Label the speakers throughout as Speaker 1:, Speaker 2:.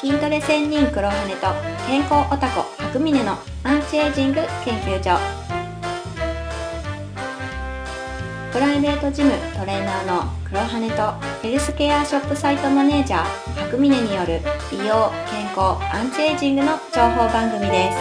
Speaker 1: 筋トレ専任黒羽と健康オタコ白峰のアンチエイジング研究所プライベートジムトレーナーの黒羽とヘルスケアショップサイトマネージャー白峰による美容健康アンチエイジングの情報番組です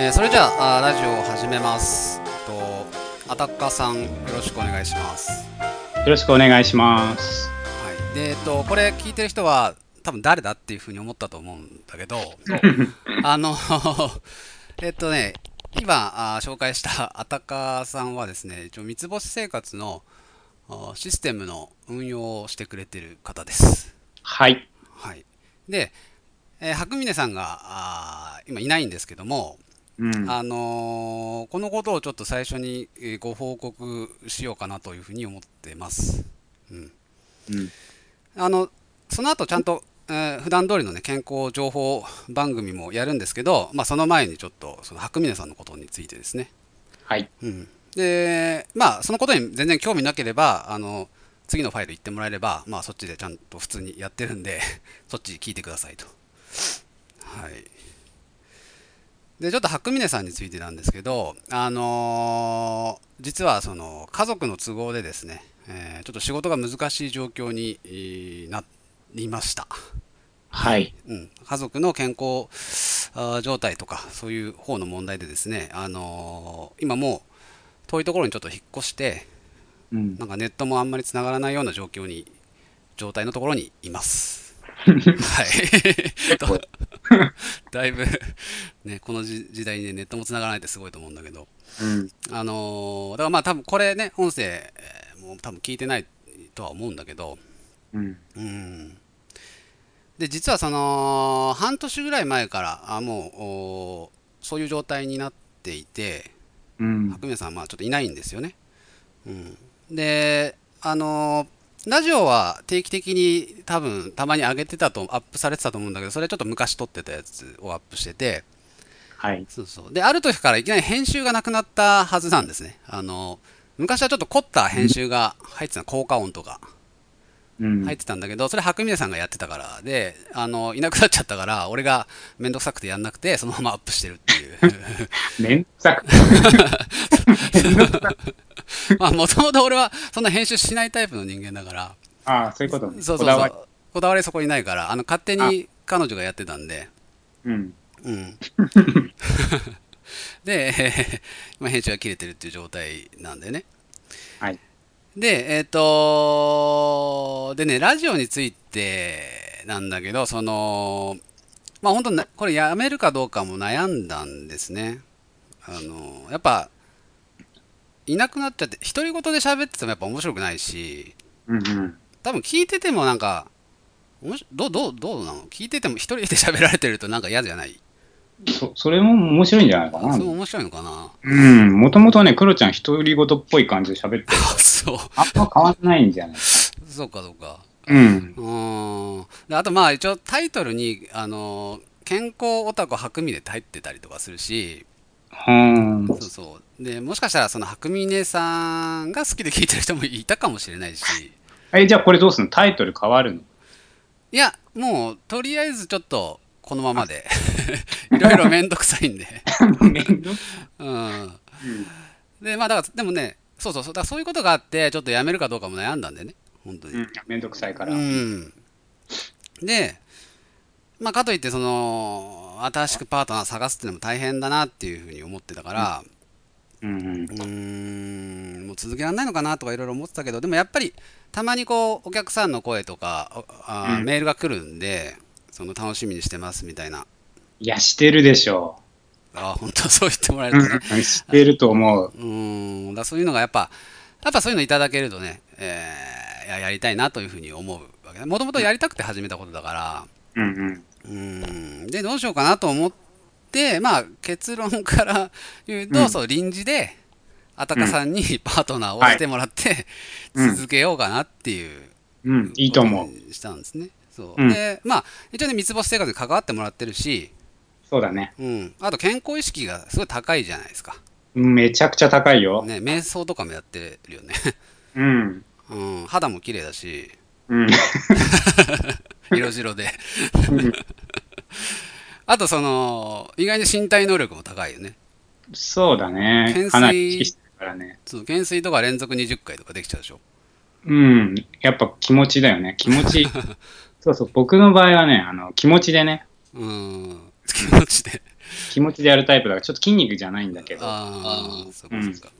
Speaker 2: えーそれじゃああーラジオを始めますとアタッカーさんよろしくお願いします、
Speaker 3: よろしくお願いします。
Speaker 2: はい、でえっとこれ聞いてる人は多分誰だっていうふうに思ったと思うんだけどあの えっとね今あー紹介したアタッカーさんはですね一応三つ星生活のあーシステムの運用をしてくれてる方です
Speaker 3: はい。
Speaker 2: はいで、えー白峰さんがあー今いないんですけども
Speaker 3: うん。
Speaker 2: あのーこのことをちょっと最初にえーご報告しようかなというふうに思ってます。うん、
Speaker 3: うん
Speaker 2: あのその後ちゃんと、えー普段通りのね健康情報番組もやるんですけど、まあ、その前にちょっとその白峰さんのことについてですね。
Speaker 3: はい。
Speaker 2: うん、でまあそのことに全然興味なければあの次のファイル行ってもらえれば、まあ、そっちでちゃんと普通にやってるんで そっち聞いてくださいと。はい、でちょっと白峰さんについてなんですけど、あのー実はその家族の都合でですね、えーちょっと仕事が難しい状況にえーなりました。
Speaker 3: はい。
Speaker 2: うん、家族の健康あー状態とかそういう方の問題でですね、あのー今もう遠いところにちょっと引っ越して
Speaker 3: うん
Speaker 2: な。んかネットもあんまりつながらないような状況に状態のところにいます。はいと だいぶ、ね、このじ時代にね、ネットもつながらないってすごいと思うんだけど、
Speaker 3: うん。
Speaker 2: あのーだからまあ多分これね音声えーもう多分聞いてないとは思うんだけど、
Speaker 3: うん。
Speaker 2: うんで実はその半年ぐらい前からあもうおーそういう状態になっていて
Speaker 3: うん。
Speaker 2: 白宮さんはまあちょっといないんですよね。うん、であのーラジオは定期的に多分たまに上げてたとアップされてたと思うんだけどそれちょっと昔撮ってたやつをアップしてて
Speaker 3: はい。
Speaker 2: そうそうである時からいきなり編集がなくなったはずなんですね。あのー昔はちょっと凝った編集が入ってた効果音とか。
Speaker 3: うん。
Speaker 2: 入ってたんだけど、それ白峰さんがやってたから、で、あの、いなくなっちゃったから、俺がめんどくさくてやんなくて、そのままアップしてるっていう。
Speaker 3: めんどくさ く。
Speaker 2: まあ、もともと俺はそんな編集しないタイプの人間だから、
Speaker 3: ああ、そういうことね。
Speaker 2: そうそうそう、こだ
Speaker 3: こだ
Speaker 2: わ
Speaker 3: わ
Speaker 2: りそこにないから、あの、勝手に彼女がやってたんで、
Speaker 3: り。うん。
Speaker 2: うん。で、 えー今編集が切れてるっていう状態なんでね。
Speaker 3: はい。
Speaker 2: で、えっ、とでね、ラジオについてなんだけど、その、まあ本当な、これやめるかどうかも悩んだんですね。あのやっぱ、いなくなっちゃって、独り言で喋っててもやっぱ面白くないし、
Speaker 3: うんうん。
Speaker 2: 多分聞いててもなんか、おもしどう、どう、どうなの聞いてても一人で喋られてるとなんか嫌じゃない
Speaker 3: そ、それも面白いんじゃないか
Speaker 2: そ
Speaker 3: な
Speaker 2: れ。面白いのかな
Speaker 3: うん。もともとね、クロちゃん独り言っぽい感じで喋ってる。
Speaker 2: そう、
Speaker 3: あんま変わんないんじゃない
Speaker 2: そうかそうか。
Speaker 3: うん。
Speaker 2: うーんであとまあ一応タイトルに「あの健康オタク白峰」って入ってたりとかするし
Speaker 3: うん。
Speaker 2: そうそうでもしかしたらその白峰さんが好きで聞いてる人もいたかもしれないし
Speaker 3: え、じゃあこれどうすんのタイトル変わるの
Speaker 2: いやもうとりあえずちょっとこのまま でいろいろめんどくさいんで
Speaker 3: めんどく
Speaker 2: うん
Speaker 3: うん
Speaker 2: でまあだからでもねそうそうそうだからそういうことがあってちょっとやめるかどうかも悩んだんでね本当に
Speaker 3: うんめんどくさいから
Speaker 2: う。ん、で、まあ、かといってその新しくパートナー探すっていうのも大変だなっていうふうに思ってたから
Speaker 3: うん。
Speaker 2: うーんもう続けられないのかなとかいろいろ思ってたけどでもやっぱりたまにこうお客さんの声とかあー
Speaker 3: うん
Speaker 2: メールが来るんでその楽しみにしてますみたいない
Speaker 3: や、してるでしょ
Speaker 2: あー本当そう言ってもらえ
Speaker 3: う。う
Speaker 2: る
Speaker 3: ん
Speaker 2: とね
Speaker 3: うん。してると思う。
Speaker 2: うーんだからそういうのがやっぱやっぱそういうのいただけるとね、えーややりたいなというふうに思うわけもともとやりたくて始めたことだから。
Speaker 3: うんうん。
Speaker 2: うーんでどうしようかなと思って、まあ、結論から 言うと、
Speaker 3: うん
Speaker 2: そう臨時であたかさんにパートナーを
Speaker 3: はい
Speaker 2: してもらって、
Speaker 3: うん
Speaker 2: 続けようかなっていう
Speaker 3: うん、いいと思う
Speaker 2: こ。にしたんですね。そう
Speaker 3: うん
Speaker 2: でまあ一応ね三つ星生活に関わってもらってるし、
Speaker 3: そうだね。
Speaker 2: うん、あと健康意識がすごい高いじゃないですか、
Speaker 3: うんめちゃくちゃ高いよ。
Speaker 2: ね、瞑想とかもやってるよね、
Speaker 3: うん。
Speaker 2: うん、肌も綺麗だし、
Speaker 3: うん。
Speaker 2: 色白で。 あとその、意外に身体能力も高いよね。
Speaker 3: そうだね
Speaker 2: 懸垂。
Speaker 3: かなり意識してるからね。
Speaker 2: その懸垂とか連続20回とかできちゃうでしょ。
Speaker 3: うん。やっぱ気持ちだよね。気 持ち。そうそう。僕の場合はね、あの、気持ちでね、
Speaker 2: うーん。気持ちで。
Speaker 3: 気持ちでやるタイプだから、ちょっと筋肉じゃないんだけど。
Speaker 2: ああ、そっ
Speaker 3: う
Speaker 2: か
Speaker 3: ん
Speaker 2: そっか。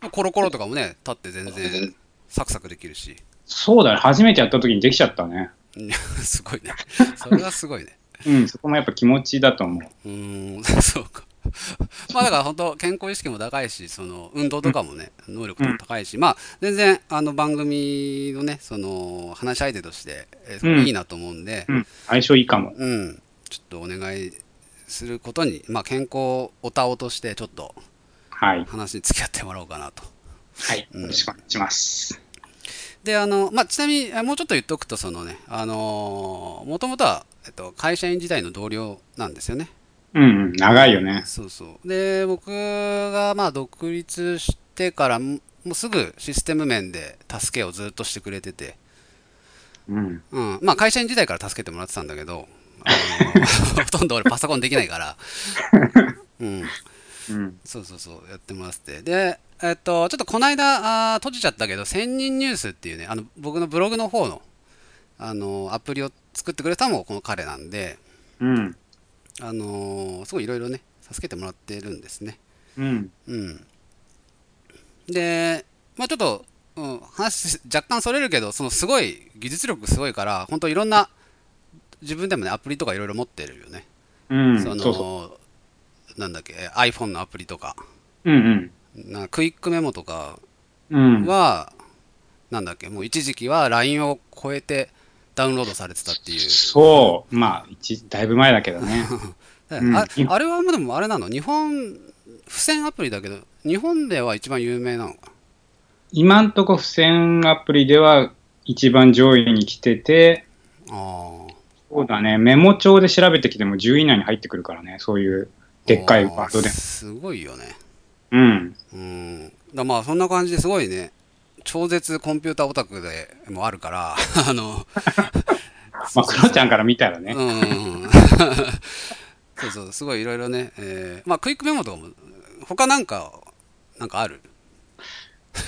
Speaker 2: まあコロコロとかもね、立って全然サクサクできるし。
Speaker 3: そうだね。初めてやった時にできちゃったね。
Speaker 2: うん すごいね。それはすごいね。
Speaker 3: うん。そこもやっぱ気持ちだと思う。
Speaker 2: うーん、 そうか。まあだから本当健康意識も高いし、その運動とかもね、能力も高いし、まあ全然あの番組のね、その話し相手として、えーすごいいいなと思うんで、
Speaker 3: うん。相性いいかも。
Speaker 2: うん、ちょっとお願いすることに、まあ健康おたおとしてちょっと
Speaker 3: はい。
Speaker 2: 話に付き合ってもらおうかなと。
Speaker 3: はい。よろしくお願いします。
Speaker 2: で、あの、まあちなみにあもうちょっと言っとくと、そのね、あのもともとは、えっと、会社員時代の同僚なんですよね。
Speaker 3: うん、うん。長いよね。
Speaker 2: そうそう。で、僕がまあ独立してから、もうすぐシステム面で助けをずっとしてくれてて、
Speaker 3: うん。
Speaker 2: うん、まあ会社員時代から助けてもらってたんだけど、あの ほとんど俺パソコンできないから、うん、
Speaker 3: うん。
Speaker 2: そうそうそう、やってもらってて。で、えっと、ちょっとこの間、あー閉じちゃったけど、千人ニュースっていうね、あの僕のブログの方の、あの、アプリを作ってくれたのもこの彼なんで、
Speaker 3: うん。
Speaker 2: あのすごいいろいろね、助けてもらってるんですね。
Speaker 3: うん。
Speaker 2: うん、で、まあ、ちょっと、うん、話若干それるけどそのすごい技術力すごいから本当いろんな自分でもねアプリとかいろいろ持ってるよね、
Speaker 3: うん。
Speaker 2: その
Speaker 3: そうそ
Speaker 2: なんだっけえ iPhone のアプリとか
Speaker 3: う。うん
Speaker 2: なクイックメモとか
Speaker 3: うん。うん。
Speaker 2: は、なんだっけもう一時期は LINE を超えてダウンロードされてたっていう、
Speaker 3: そう。まあ、一だいぶ前だけ どね。うん
Speaker 2: ああれはでもあれなの日本付箋アプリだけど日本では一番有名なのか
Speaker 3: 今んとこ付箋アプリでは一番上位に来てて、
Speaker 2: なああ
Speaker 3: そうだね、メモ帳で調べてきても10位以内に入ってくるからね、そういうでっかいバンドで
Speaker 2: あー。すごいよね。
Speaker 3: うん。
Speaker 2: うん。だからまあそんな感じですごいね、超絶コンピューターオタクでもあるから、 あの、
Speaker 3: まあ、クロちゃんから見たら ね。
Speaker 2: うんうんうん。そうそう、すごいいろいろね、えーまあクイックメモとかも、他なんか、なんかある
Speaker 3: う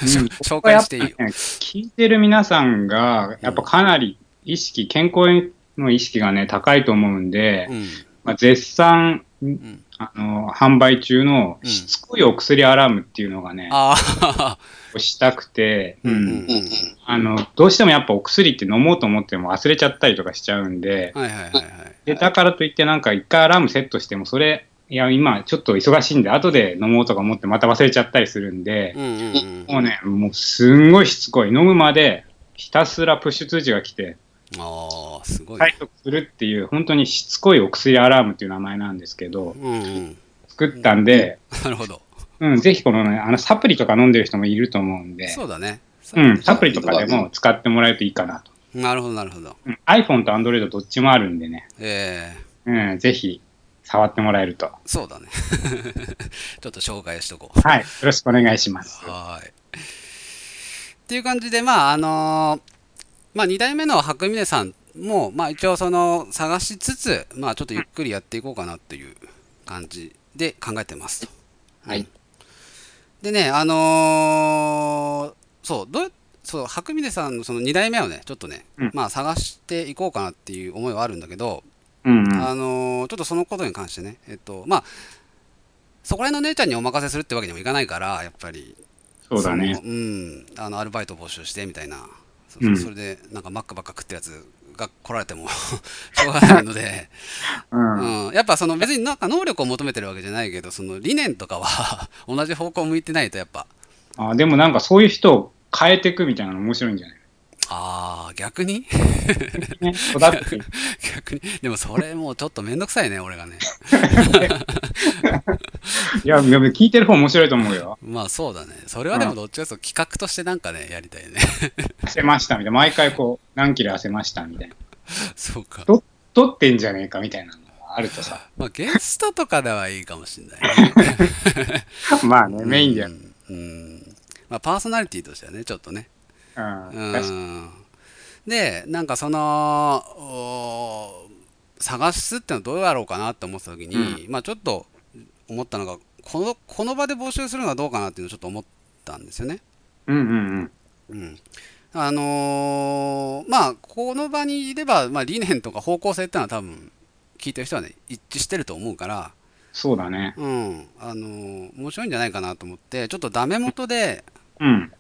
Speaker 3: ん
Speaker 2: 紹介していいよ
Speaker 3: ここはやっぱね聞いてる皆さんが、やっぱかなり意識、健康への意識がね、高いと思うんで、
Speaker 2: うん。
Speaker 3: まあ、絶賛、
Speaker 2: ん
Speaker 3: あの、販売中の
Speaker 2: うん
Speaker 3: しつこいお薬アラームっていうのがね、
Speaker 2: あ あ、
Speaker 3: したくて、
Speaker 2: うんうんうん。
Speaker 3: あの、どうしてもやっぱお薬って飲もうと思っても忘れちゃったりとかしちゃうんで、
Speaker 2: はいはいはいはい。
Speaker 3: で、だからといってなんか一回アラームセットしても、それ、いや、今ちょっと忙しいんで、後で飲もうとか思ってまた忘れちゃったりするんで
Speaker 2: う、んうんうん。
Speaker 3: もうね、もうすんごいしつこい。飲むまでひたすらプッシュ通知が来て、
Speaker 2: ああ、すごいね。
Speaker 3: 催促するっていう、本当にしつこいお薬アラームっていう名前なんですけど、
Speaker 2: うんうん。
Speaker 3: 作ったんで、
Speaker 2: なるほど。
Speaker 3: うん、ぜひこのね、あの、サプリとか飲んでる人もいると思うんで、
Speaker 2: そうだね。
Speaker 3: うん、サプリとかでも使ってもらえるといいかなと。
Speaker 2: なるほどなるほど。
Speaker 3: うん iPhone と Android どっちもあるんでね、
Speaker 2: ええ
Speaker 3: うん、ぜひ触ってもらえると。
Speaker 2: そうだね。 ちょっと紹介しとこう。
Speaker 3: はい、よろしくお願いします。
Speaker 2: はーい。っていう感じで、まあ、あのーまあ、2代目の白峰さんも、まあ、一応、その、探しつつ、まあ、ちょっとゆっくりやっていこうかなという感じで考えてますと。
Speaker 3: はい。
Speaker 2: でね、あのーそう、どうやそう、白峰さんのその2代目をね、ちょっとね、
Speaker 3: うん
Speaker 2: まあ、探していこうかなっていう思いはあるんだけど、
Speaker 3: うん、うん。
Speaker 2: あのーちょっとそのことに関してね、えっと、まあ、そこら辺の姉ちゃんにお任せするってわけにもいかないから、やっぱり、
Speaker 3: そうだね
Speaker 2: そ。のうん、あのアルバイト募集してみたいな、そそ
Speaker 3: うん
Speaker 2: それで、なんかマックばっか食ってるやつが来られても しょうがないので、
Speaker 3: うん。うん
Speaker 2: うん、やっぱその別になんか能力を求めてるわけじゃないけど、その理念とかは 同じ方向向いてないと、やっぱ、
Speaker 3: あでもなんかそういう人を変えていくみたいなの面白いんじゃない
Speaker 2: あー、逆に
Speaker 3: ね育っていく
Speaker 2: 逆に、でもそれもうちょっとめんどくさいね、俺がね。
Speaker 3: いや、いや聞いてる方面白いと思うよ。
Speaker 2: まあそうだね、それはでもどっちかというと企画としてなんかね、やりたいね。
Speaker 3: 汗ましたみたいな。毎回こう、何キロ汗ましたみたいな。
Speaker 2: そうか。
Speaker 3: 取ってんじゃねえかみたいなのがあるとさ。
Speaker 2: まあ、ゲストとかではいいかもしれないね、
Speaker 3: まあね、 メインでやる。
Speaker 2: うん。まあ、パーソナリティとしてはね、ちょっとね。
Speaker 3: うん。
Speaker 2: う
Speaker 3: 確かに
Speaker 2: ん。で、なんかその、お探すってのはどうやろうかなって思った時に、まあちょっと思ったのが、この、この場で募集するのはどうかなっていうのをちょっと思ったんですよね。
Speaker 3: うんうん
Speaker 2: うんあのーまあこの場にいれば、まあ、理念とか方向性ってのは多分聞いてる人はね一致してると思うから、
Speaker 3: そうだね。
Speaker 2: うんあのー面白いんじゃないかなと思ってちょっとダメ元で
Speaker 3: うん。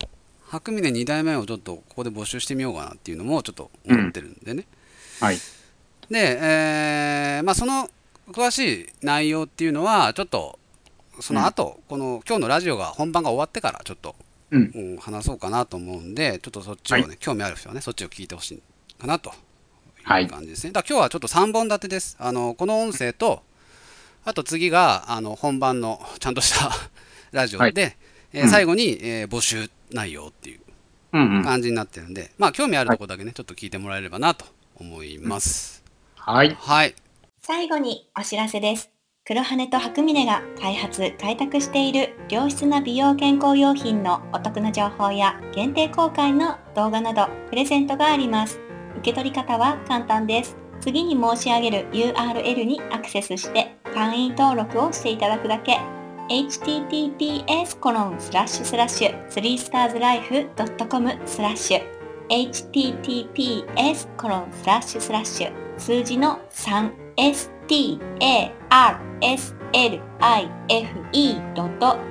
Speaker 2: 白峰2代目をちょっとここで募集してみようかなっていうのもちょっと思ってるんでね、
Speaker 3: はい。
Speaker 2: で、えーまあ、その詳しい内容っていうのはちょっとその後、この今日のラジオが本番が終わってからちょっと
Speaker 3: うん。
Speaker 2: うん話そうかなと思うんで、ちょっとそっちをね、興味ある人はね、そっちを聞いてほしいかなと
Speaker 3: はいいう
Speaker 2: 感じですね。だから今日はちょっと3本立てです。あのこの音声と、あと次があの本番のちゃんとした ラジオで、えー
Speaker 3: うん
Speaker 2: 最後に、えー募集内容っていう
Speaker 3: うんうん。
Speaker 2: 感じになってるんで、まあ興味あるとこだけね、ちょっと聞いてもらえればなと思います。
Speaker 3: はい。
Speaker 2: はい。
Speaker 1: 最後にお知らせです。黒羽と白峰が開発・開拓している良質な美容健康用品のお得な情報や限定公開の動画などプレゼントがあります。受け取り方は簡単です。次に申し上げる URL にアクセスして会員登録をしていただくだけ。https コロンスラッシュスラッシュ 3starslife.com スラッシュ https コロンスラッシュスラッシュ数字の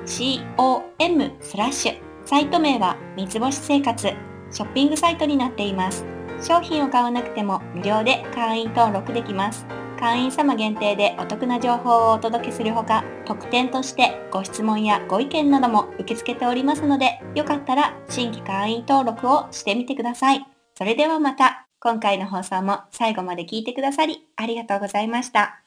Speaker 1: 3starslife.com スラッシュサイト名は三つ星生活ショッピングサイトになっています商品を買わなくても無料で会員登録できます会員様限定でお得な情報をお届けするほか特典としてご質問やご意見なども受け付けておりますのでよかったら新規会員登録をしてみてくださいそれではまた今回の放送も最後まで聞いてくださりありがとうございました。